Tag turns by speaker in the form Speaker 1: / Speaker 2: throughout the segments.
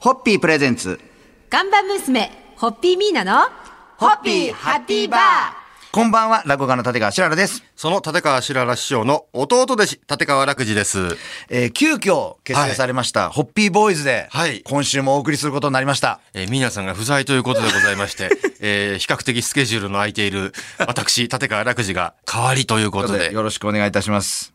Speaker 1: ホッピープレゼンツ。
Speaker 2: ガンバ娘、ホッピーミーナの、ホッピーハッピーバー。
Speaker 1: こんばんは、落語家の立川しららです。
Speaker 3: その立川しらら師匠の弟弟子、立川楽寺です。
Speaker 1: えー急遽結成されました、ホッピーボーイズで、
Speaker 3: はい
Speaker 1: 今週もお送りすることになりました。
Speaker 3: えー、皆さんが不在ということでございまして、 えー比較的スケジュールの空いている私、立川楽寺が代わりということ
Speaker 1: ということで
Speaker 3: で。
Speaker 1: よろしくお願いいたします。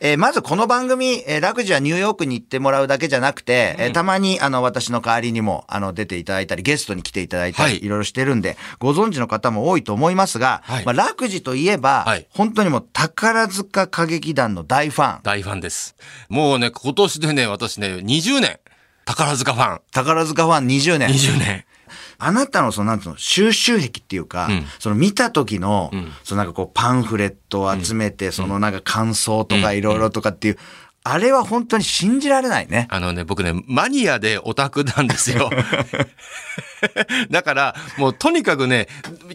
Speaker 1: えーまずこの番組、えー、ラグジュはニューヨークに行ってもらうだけじゃなくて、えーたまにあの私の代わりにもあの出ていただいたり、ゲストに来ていただいたり、
Speaker 3: はい
Speaker 1: いろいろしてるんで、ご存知の方も多いと思いますが、
Speaker 3: はい
Speaker 1: まあ、ラグジュといえば、
Speaker 3: はい
Speaker 1: 本当にもう宝塚歌劇団の大ファン。
Speaker 3: 大ファンです。もうね、今年でね、私ね、20年、宝塚ファン。
Speaker 1: 宝塚ファン20年。
Speaker 3: 20年。
Speaker 1: あなたのそのなんつうの収集癖っていうか、
Speaker 3: ん
Speaker 1: その見た時の、そのなんかこうパンフレットを集めて、そのなんか感想とかいろいろとかっていう、あれは本当に信じられないね。
Speaker 3: あのね、僕ね、マニアでオタクなんです よ。だから、もうとにかくね、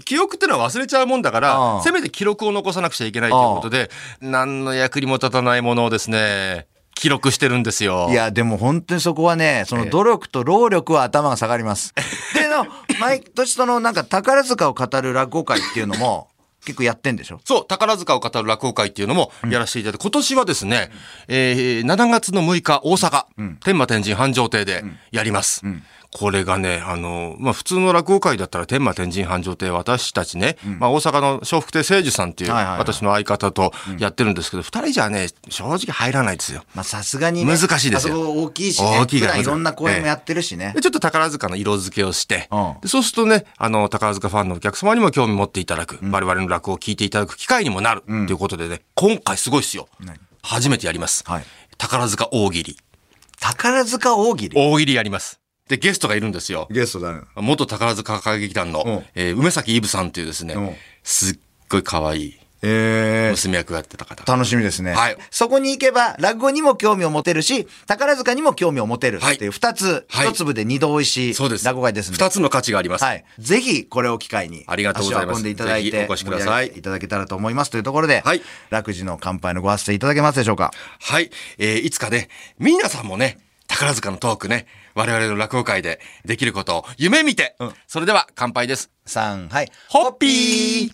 Speaker 3: 記憶ってのは忘れちゃうもんだか
Speaker 1: あ
Speaker 3: ら
Speaker 1: あ、
Speaker 3: せめて記録を残さなくちゃいけないということで、何の役にも立たないものをですね、記録してるんですよ。
Speaker 1: いや、でも本当にそこはね、その努力と労力は頭が下がり ます。での、毎年そのなんか宝塚を語る落語会っていうのも 結構やってんでしょ
Speaker 3: そう、宝塚を語る落語会っていうのもやらせていただいて、今年はですね、えー7月の6日、大阪、天馬天神繁盛亭でやります。これがね、あの、まあ、普通の落語会だったら天馬天神繁盛亭、私たちね、まあ、大阪の笑福亭聖樹さんっていう、
Speaker 1: はいはいはい
Speaker 3: 私の相方とやってるんですけど、二人じゃね、正直入らないですよ。
Speaker 1: まあさすがにね、
Speaker 3: 難しいですよ
Speaker 1: あそこ大きいしね。
Speaker 3: 大きい
Speaker 1: 普
Speaker 3: から
Speaker 1: 段いろんな公演もやってるしね
Speaker 3: で。ちょっと宝塚の色付けをして、
Speaker 1: うん
Speaker 3: でそうするとね、あの、宝塚ファンのお客様にも興味持っていただく、我々の落語を聞いていただく機会にもなる、ということでね、今回すごいっすよ
Speaker 1: 何。
Speaker 3: 初めてやります。
Speaker 1: はい
Speaker 3: 宝塚大喜利。
Speaker 1: 宝塚大喜利。
Speaker 3: 大喜利やります。で、ゲストがいるんですよ。
Speaker 1: ゲストだね。
Speaker 3: 元宝塚歌劇団の、
Speaker 1: うん
Speaker 3: えー梅崎イブさんというです
Speaker 1: うん
Speaker 3: ね、すっごい可愛い
Speaker 1: えー
Speaker 3: 娘役をやってた方。
Speaker 1: 楽しみですね。
Speaker 3: はい
Speaker 1: そこに行けば、落語にも興味を持てるし、宝塚にも興味を持てる
Speaker 3: はい
Speaker 1: っていう二つ、一、
Speaker 3: はい
Speaker 1: 粒で二度美味しい
Speaker 3: そうです。
Speaker 1: 落語会ですんで。
Speaker 3: 二つの価値があります。
Speaker 1: はい。ぜひ、これを機会に。
Speaker 3: ありがとうございま
Speaker 1: 足を運
Speaker 3: す
Speaker 1: んでいただいて、
Speaker 3: ぜひお越しください
Speaker 1: 盛り上げていただけたらと思いますというところで、
Speaker 3: はい
Speaker 1: 楽寺の乾杯のご発声いただけますでしょうか。
Speaker 3: はい。えーいつかね、皆さんもね、宝塚のトークね、我々の落語会でできることを夢見て、それでは乾杯です。
Speaker 1: 三はい。
Speaker 3: ホッピー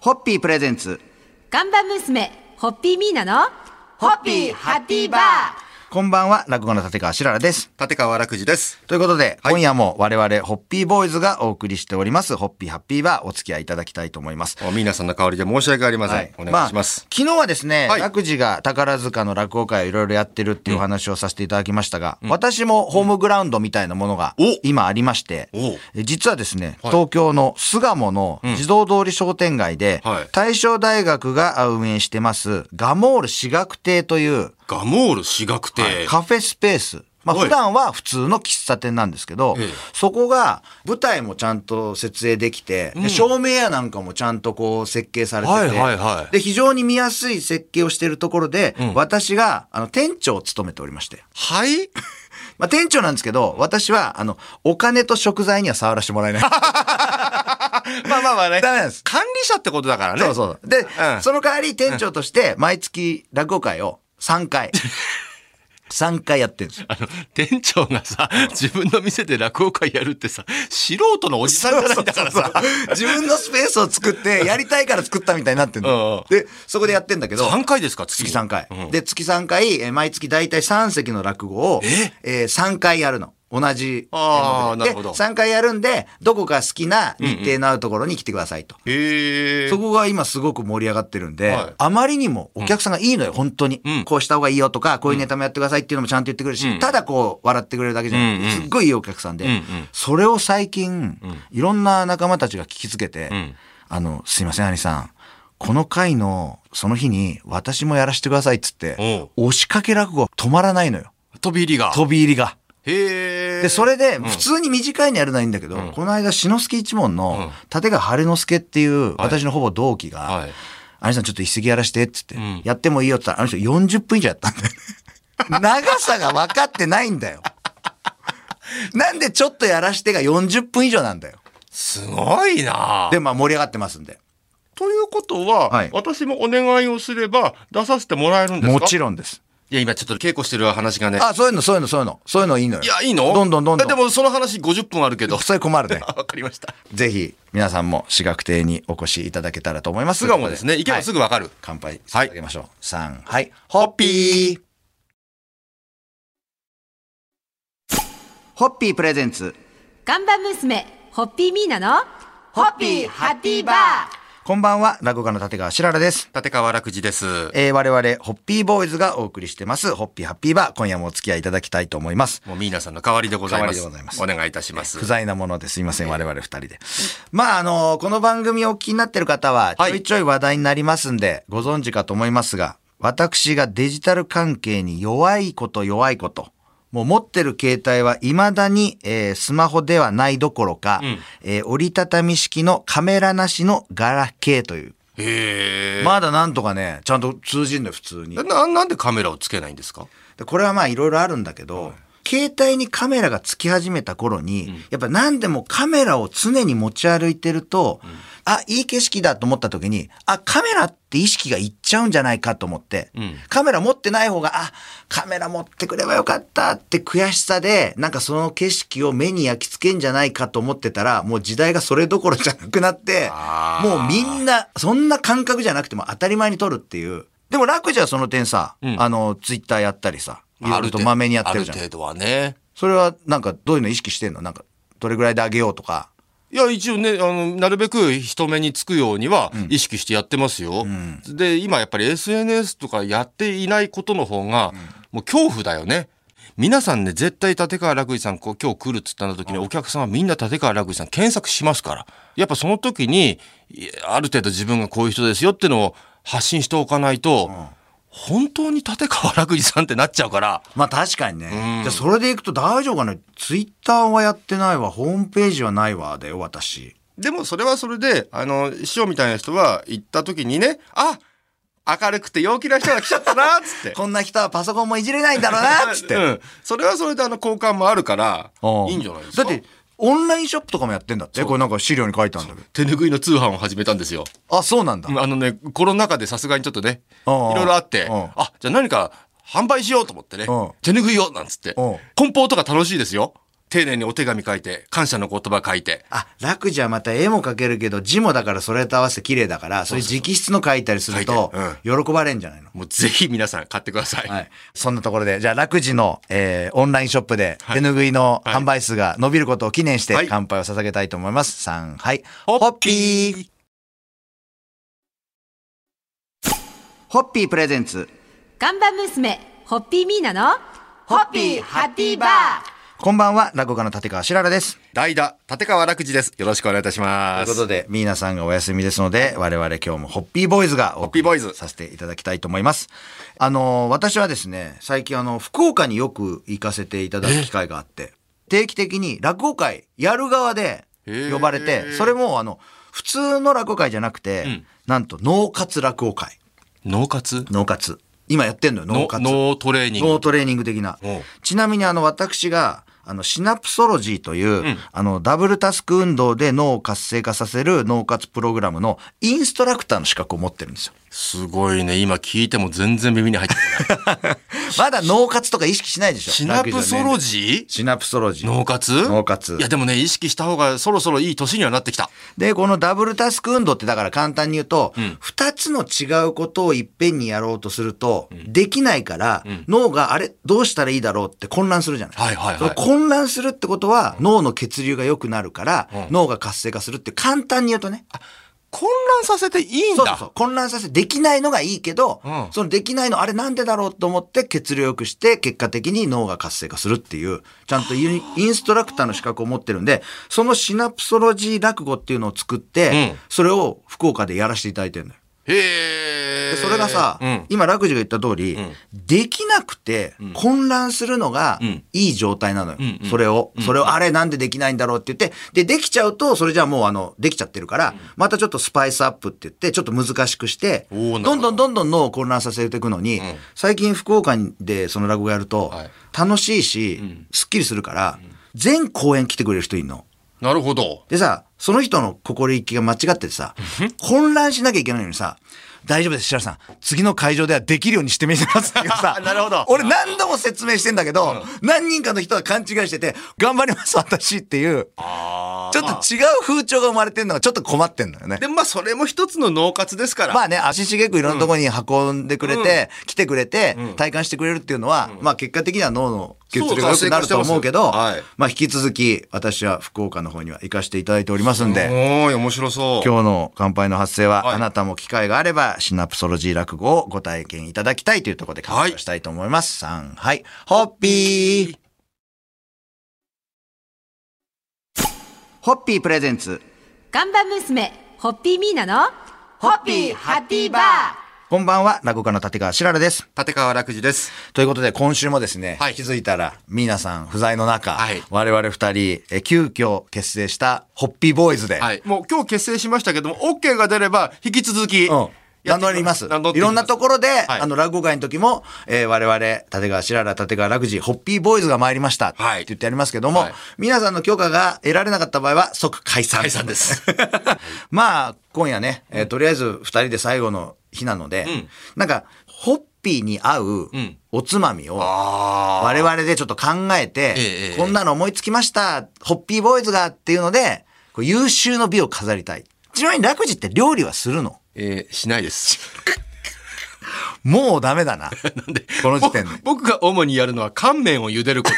Speaker 1: ホッピープレゼンツ。
Speaker 2: ガンバ娘、ホッピーミーナの、ホッピーハッピーバー。
Speaker 1: こんばんは、落語の立川しららです。
Speaker 3: 立川楽寺です。
Speaker 1: ということで、今夜も我々、ホッピーボーイズがお送りしております、ホッピーハッピーはお付き合いいただきたいと思います。
Speaker 3: お皆さんの代わりで申し訳ありません。
Speaker 1: はい、
Speaker 3: お願いします。
Speaker 1: あ、昨日はですね、
Speaker 3: はい
Speaker 1: 楽寺が宝塚の落語会をいろいろやってるっていうお話をさせていただきましたが、私もホームグラウンドみたいなものが
Speaker 3: お
Speaker 1: 今ありまして、
Speaker 3: おう
Speaker 1: え実はですね、
Speaker 3: はい
Speaker 1: 東京の巣鴨の児童通り商店街で、
Speaker 3: はい
Speaker 1: 大正大学が運営してます、ガモール私学亭という、
Speaker 3: ガモール私学亭。
Speaker 1: カフェスペース。まあ
Speaker 3: はい
Speaker 1: 普段は普通の喫茶店なんですけど
Speaker 3: ええ、
Speaker 1: そこが舞台もちゃんと設営できて、で照明やなんかもちゃんとこう設計されて
Speaker 3: はいはいは
Speaker 1: て、で
Speaker 3: い
Speaker 1: 非常に見やすい設計をしているところで、私があの店長を務めておりまして、
Speaker 3: はい
Speaker 1: まあ店長なんですけど、私はあのお金と食材には触らせてもら えない。
Speaker 3: まあまあまあね。
Speaker 1: ダメなんです
Speaker 3: 管理者ってことだからね。
Speaker 1: そうそう。で
Speaker 3: う、ん
Speaker 1: その代わり店長として毎月落語会を3回、3回やってるんですよ。
Speaker 3: あの、店長がさ、自分の店で落語会やるってさ、素人のおじさんじゃないんだからさ。
Speaker 1: 自分のスペースを作っ て、やりたいから作ったみたいになってんの。で、そこでやってんだけど、
Speaker 3: 3回ですか
Speaker 1: 月3回。で、月3回、えー毎月大体3席の落語を、えー、3回やるの。同じ。
Speaker 3: あ
Speaker 1: で
Speaker 3: ーなるほど
Speaker 1: 3回やるんで、どこか好きな日程のあるところに来てくださいと。
Speaker 3: へえ。
Speaker 1: そこが今すごく盛り上がってるんで、
Speaker 3: はい
Speaker 1: あまりにもお客さんがいいのよ、本当に、
Speaker 3: ん
Speaker 1: こうした方がいいよとか、こういうネタもやってくださいっていうのもちゃんと言ってくれるし、ただこう笑ってくれるだけじゃなくて、すっごいいいお客さんで、それを最近、いろんな仲間たちが聞きつけて、あの、すいません、兄さん。この回の、その日に、私もやらせてくださいっつって、押しかけ落語止まらないのよ。
Speaker 3: 飛び入りが。
Speaker 1: 飛び入りが。
Speaker 3: へえ。
Speaker 1: で、それで、普通に短いのやるのはいいんだけど、この間、篠介一門の、立川晴之助っていう、私のほぼ同期
Speaker 3: は
Speaker 1: が
Speaker 3: い、
Speaker 1: 兄さんちょっと一席やらして、っつって、やってもいいよって言ったら、あの人40分以上やったんだよ。 長さが分かってないんだよ。なんでちょっとやらしてが40分以上なんだよ。
Speaker 3: すごいな
Speaker 1: で、まあ盛り上がってますんで。
Speaker 3: ということは、
Speaker 1: はい
Speaker 3: 私もお願いをすれば出させてもらえるんです
Speaker 1: も
Speaker 3: か
Speaker 1: ちろんです。
Speaker 3: いや、今ちょっと稽古してる話がね。
Speaker 1: あ、そういうの、そういうの、そういうの。そういうのいいのよ。
Speaker 3: いや、いいの
Speaker 1: どんどんどんどん。
Speaker 3: でもその話50分あるけど。
Speaker 1: それ困るね。
Speaker 3: わかりました。
Speaker 1: ぜひ、皆さんも私学亭にお越しいただけたらと思います。
Speaker 3: 素顔もですね、
Speaker 1: という
Speaker 3: 行
Speaker 1: こと
Speaker 3: けばすぐわかる。
Speaker 1: 乾杯してあげましょう。三、はい。ホッピーホッピープレゼンツ。
Speaker 2: 看板娘、ホッピーミーナの、ホッピーハッピーバー。
Speaker 1: こんばんは、落語家の立川しららです。
Speaker 3: 立川楽寺です。
Speaker 1: えー、我々、ホッピーボーイズがお送りしてます、ホッピーハッピーバー。今夜もお付き合いいただきたいと思います。
Speaker 3: もうミーナさんの代わりでございます。
Speaker 1: 代わりでございます
Speaker 3: お願いいたします
Speaker 1: 不。在なものですいません、我々二人で。まあ、あの、この番組をお聞きになってる方は、ち
Speaker 3: はい
Speaker 1: ょいちょい話題になりますんで、ご存知かと思いますが、私がデジタル関係に弱いこと弱いこと、もう持ってる携帯は未だに、えースマホではないどころか、えー折りたたみ式のカメラなしのガラケーという。
Speaker 3: へえ。
Speaker 1: まだなんとかね、ちゃんと通じんのよ、普通に。
Speaker 3: な、なんでカメラをつけないんですか
Speaker 1: でこれはまあいろいろあるんだけど、携帯にカメラがつき始めた頃に、やっぱ何でもカメラを常に持ち歩いてると、あ、いい景色だと思った時に、あ、カメラって意識がいっちゃうんじゃないかと思って、カメラ持ってない方が、あ、カメラ持ってくればよかったって悔しさで、なんかその景色を目に焼き付けんじゃないかと思ってたら、もう時代がそれどころじゃなくなって
Speaker 3: あ、ー
Speaker 1: もうみんなみんな、そんな感覚じゃなくても当たり前に撮るっていう。でも楽じゃその点さ、あの、ツイッターやったりさ、いろいろとまめにやってるじゃ
Speaker 3: あ
Speaker 1: ん。
Speaker 3: る程度はね。
Speaker 1: それはなんかどういうの意識してんのなんか、どれぐらいであげようとか。
Speaker 3: いや、一応ね、あの、なるべく人目につくようには意識してやってますよ。で、今やっぱり SNS とかやっていないことの方が、もう恐怖だよね。皆さんね、絶対立川楽一さん、こう今日来るっつった時に、お客さんはみんな立川楽一さん検索しますから。やっぱその時に、いやある程度自分がこういう人ですよってのを発信しておかないと、本当に立川楽一さんってなっちゃうから、
Speaker 1: まあ確かにね。
Speaker 3: うん
Speaker 1: じゃあそれでいくと大丈夫かなツイッターはやってないわ、ホームページはないわ、だよ、私。
Speaker 3: でもそれはそれで、あの、師匠みたいな人は行った時にね、あ明るくて陽気な人が来ちゃったなっつ って。
Speaker 1: こんな人はパソコンもいじれないんだろうな、つって。
Speaker 3: うん。それはそれであの、好感もあるから、
Speaker 1: う
Speaker 3: いいんじゃないですか。
Speaker 1: だって、、オンラインショップとかもやってんだって。これなんか資料に書いてあるんだけ
Speaker 3: 手拭いの通販を始めたんですよ。
Speaker 1: ど。あ、そうなんだ。
Speaker 3: あのね、コロナ禍でさすがにちょっとね、
Speaker 1: う
Speaker 3: い
Speaker 1: んうん
Speaker 3: ろいろあって、
Speaker 1: うん
Speaker 3: あ、じゃあ何か販売しようと思ってね
Speaker 1: うん、
Speaker 3: 手拭いをなんつって
Speaker 1: うん、
Speaker 3: 梱包とか楽しいですよ。丁寧にお手紙書いて、感謝の言葉書いて。
Speaker 1: あ、楽じゃまた絵も描けるけど、字もだからそれと合わせて綺麗だから、そういう直筆の描いたりすると
Speaker 3: 書い、
Speaker 1: 喜ばれんじゃないの、
Speaker 3: もうぜひ皆さん買ってください。
Speaker 1: はい。そんなところで、じゃあ楽寺の、えーオンラインショップで手ぬぐいの販売数が伸びることを記念して、
Speaker 3: はい
Speaker 1: 乾杯を捧げたいと思います。3、はい。
Speaker 3: ホッ
Speaker 1: ピーホッピープレゼンツ。
Speaker 2: 看板娘、ホッピーミーナの、ホッピーハッピーバー。
Speaker 1: こんばんは、落語家の立川しららです。
Speaker 3: 代打、立川楽寺です。よろしくお願いいたし
Speaker 1: とい
Speaker 3: ま
Speaker 1: う
Speaker 3: す。
Speaker 1: ことで、ミーナさんがお休みですので、我々今日もホッピーボーイズがお送り
Speaker 3: ホッピーボーイズ
Speaker 1: させていただきたいと思います。あの、私はですね、最近あの、福岡によく行かせていただく機会があって、定期的に落語会やる側で呼ばれ
Speaker 3: へ
Speaker 1: て、
Speaker 3: ー
Speaker 1: それもあの、普通の落語会じゃなくて、
Speaker 3: ん
Speaker 1: なんと、脳活落語会。
Speaker 3: 脳活
Speaker 1: 脳活。今やってんのよ、脳
Speaker 3: 脳
Speaker 1: 活。
Speaker 3: 脳トレーニング。
Speaker 1: 脳トレーニング的な
Speaker 3: おう。
Speaker 1: ちなみにあの私が、あのシナプソロジーという、あのダブルタスク運動で脳を活性化させる脳活プログラムのインストラクターの資格を持ってるんですよ。
Speaker 3: すごいね。今聞いても全然耳に入ってこない。
Speaker 1: まだ脳活とか意識しないでしょ。
Speaker 3: シナプソロ
Speaker 1: ー
Speaker 3: ジー
Speaker 1: シナプソロジー。
Speaker 3: 脳活
Speaker 1: 脳活
Speaker 3: いやでもね、意識した方がそろそろいい年にはなってきた。
Speaker 1: で、このダブルタスク運動ってだから簡単に言うと、二、つの違うことをいっぺんにやろうとすると、できないから、脳があれ、どうしたらいいだろうって混乱するじゃない。
Speaker 3: はいはいはい
Speaker 1: その混乱するってことは、脳の血流が良くなるから、脳が活性化するって簡単に言うとね。
Speaker 3: 混乱させていい
Speaker 1: そう
Speaker 3: ん
Speaker 1: そう
Speaker 3: だ。
Speaker 1: そう。混乱させ、できないのがいいけど、
Speaker 3: うん
Speaker 1: そのできないの、あれなんでだろうと思って血流を良くして、結果的に脳が活性化するっていう、ちゃんとインインストラクターの資格を持ってるんで、そのシナプソロジー落語っていうのを作って、
Speaker 3: うん
Speaker 1: それを福岡でやらせていただいてるのよ。
Speaker 3: へ
Speaker 1: で
Speaker 3: え。
Speaker 1: それがさ、
Speaker 3: うん
Speaker 1: 今楽寺が言った通り、できなくて混乱するのがいい状態なのよ。
Speaker 3: んうん
Speaker 1: それを、それをあれなんでできないんだろうって言って、で、できちゃうと、それじゃあもうあの、できちゃってるから、またちょっとスパイスアップって言って、ちょっと難しくして、
Speaker 3: おーなる
Speaker 1: ど
Speaker 3: ほど
Speaker 1: んどんどんどん脳を混乱させていくのに、最近福岡でその落語やると
Speaker 3: はい、
Speaker 1: 楽しいし、すっきりするから、全公演来てくれる人いるの。
Speaker 3: なるほど。
Speaker 1: でさ、その人の心意気が間違っててさ、混乱しなきゃいけないのにさ、大丈夫です、白さん。次の会場ではできるようにしてみせますっていうさ
Speaker 3: 。なるほど
Speaker 1: 俺何度も説明してんだけど、何人かの人は勘違いしてて、頑張ります、私っていう。ちょっと違う風潮が生まれてるのがちょっと困ってんのよね。
Speaker 3: でもまあそれも一つの脳活ですから。
Speaker 1: まあね、足しげくいろんなところに運んでくれて、来てくれて、体感してくれるっていうのは、まあ結果的には脳の血流が良くなると思うけど、
Speaker 3: そう
Speaker 1: ま
Speaker 3: 活性化してますよは
Speaker 1: あ
Speaker 3: い
Speaker 1: 引き続き私は福岡の方には行かせていただいておりますんで、
Speaker 3: おーい、面白そう。
Speaker 1: 今日の乾杯の発声は、
Speaker 3: はい
Speaker 1: あなたも機会があればシナプソロジー落語をご体験いただきたいというところで乾杯をしたいと思います。3、はい。ホッピーホッピープレゼンツ
Speaker 2: 看板娘、ホッピーミーナの、
Speaker 1: ホッピーハッピーバーこんばんは、落語家の立川しららです。
Speaker 3: 立川楽寺です。
Speaker 1: ということで、今週もですね、
Speaker 3: はい
Speaker 1: 気づいたら、皆さん不在の中、
Speaker 3: はい
Speaker 1: 我々二人、え急遽結成した、ホッピーボーイズで、
Speaker 3: はい。もう今日結成しましたけども、OK が出れば引き続き、
Speaker 1: うん。名
Speaker 3: やって
Speaker 1: 乗
Speaker 3: い
Speaker 1: ります。
Speaker 3: 名乗って
Speaker 1: いろんなところで、
Speaker 3: い
Speaker 1: あの、落語会の時も、えー我々、立川しらら、立川楽寺、ホッピーボーイズが参りました。
Speaker 3: はい
Speaker 1: って言ってやりますけども、
Speaker 3: はい
Speaker 1: 皆さんの許可が得られなかった場合は、即解散。
Speaker 3: 解散です。
Speaker 1: まあ、今夜ね、えーとりあえず二人で最後の日なので、
Speaker 3: ん
Speaker 1: なんか、ホッピーに合う
Speaker 3: うん、
Speaker 1: おつまみを、
Speaker 3: あ
Speaker 1: 我々でちょっと考えて、
Speaker 3: ええ
Speaker 1: こんなの思いつきました、ホッピーボーイズがっていうので、こう優秀の美を飾りたい。ちなみに楽寺って料理はするの
Speaker 3: えーしないです。
Speaker 1: もうダメだな。
Speaker 3: なんで、
Speaker 1: この時点で
Speaker 3: ぼ僕が主にやるのは乾麺を茹でるこ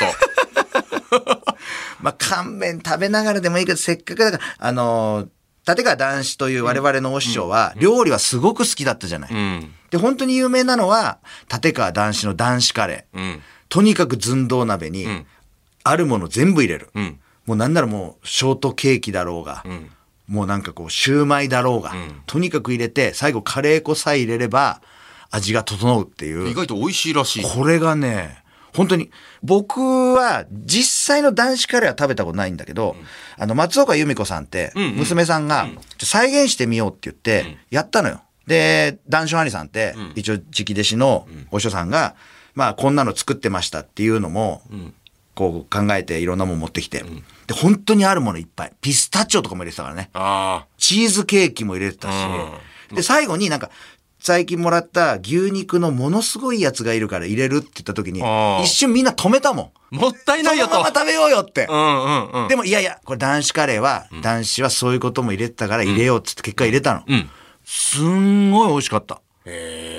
Speaker 3: と。
Speaker 1: まあ、乾麺食べながらでもいいけど、せっかくだから、あのー立川談志という我々のお師匠は、料理はすごく好きだったじゃない。
Speaker 3: うん。
Speaker 1: で、本当に有名なのは、立川談志の談志カレー。
Speaker 3: うん。
Speaker 1: とにかく寸胴鍋に、
Speaker 3: ん
Speaker 1: あるもの全部入れる。
Speaker 3: ん
Speaker 1: もうなんならもう、ショートケーキだろうが、
Speaker 3: ん
Speaker 1: もうなんかこう、シューマイだろうが、とにかく入れて、最後カレー粉さえ入れれば、味が整うっていう
Speaker 3: 意。外と美味しいらしい。
Speaker 1: これがね、本当に、僕は実際の男子カレーは食べたことないんだけど、あの、松岡由美子さんって、
Speaker 3: うん
Speaker 1: 娘さんが、ちょ再現してみようって言って、やったのよ。で、男子兄さんって、一応直弟子のお師匠さんが、まあ、こんなの作ってましたっていうのも、こう考えていろんなもん持ってきて、で、本当にあるものいっぱい。ピスタチオとかも入れてたからね。
Speaker 3: あ
Speaker 1: チーズケーキも入れてたし、で、最後になんか、最近もらった牛肉のものすごいやつがいるから入れるって言った時に
Speaker 3: あ、ー
Speaker 1: 一瞬みんな止めたもん。
Speaker 3: あ。もったい
Speaker 1: そ
Speaker 3: ない
Speaker 1: の
Speaker 3: よと。
Speaker 1: まま食べようよって。
Speaker 3: うんうんうん。
Speaker 1: でも、いやいや、これ男子カレーは、男子はそういうことも入れてたから入れようってって結果入れたの。
Speaker 3: ん
Speaker 1: すんごい美味しかった。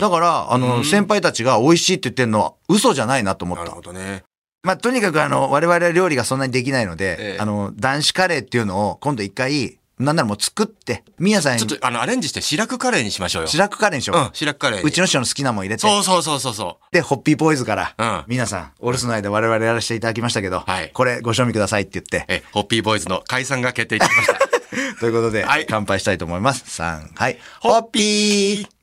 Speaker 1: だから、あの、先輩たちが美味しいって言ってんのは嘘じゃないなと思っ
Speaker 3: なる
Speaker 1: た
Speaker 3: ほ。どね。
Speaker 1: まあ、とにかくあの、我々は料理がそんなにできないので、
Speaker 3: ええ
Speaker 1: あの、男子カレーっていうのを今度一回、なんならもう作って、みやさんに
Speaker 3: ちょっとあのアレンジして白くカレーにしましょうよ。
Speaker 1: 白くカレーにしよう
Speaker 3: うん
Speaker 1: か、。
Speaker 3: 白くカレーに。
Speaker 1: うちの師匠の好きなもん入れて、
Speaker 3: そうそうそうそうそ
Speaker 1: で、ホッピーボーイズから、
Speaker 3: うん
Speaker 1: 皆さん、お留守の間我々やらせていただきましたけど、
Speaker 3: はい
Speaker 1: これご賞味くださいって言っ
Speaker 3: う。
Speaker 1: て、
Speaker 3: え、ホッピーボーイズの解散が決定いたしました。
Speaker 1: ということで、
Speaker 3: はい
Speaker 1: 乾杯したいと思います。3、はい。
Speaker 3: ホッピー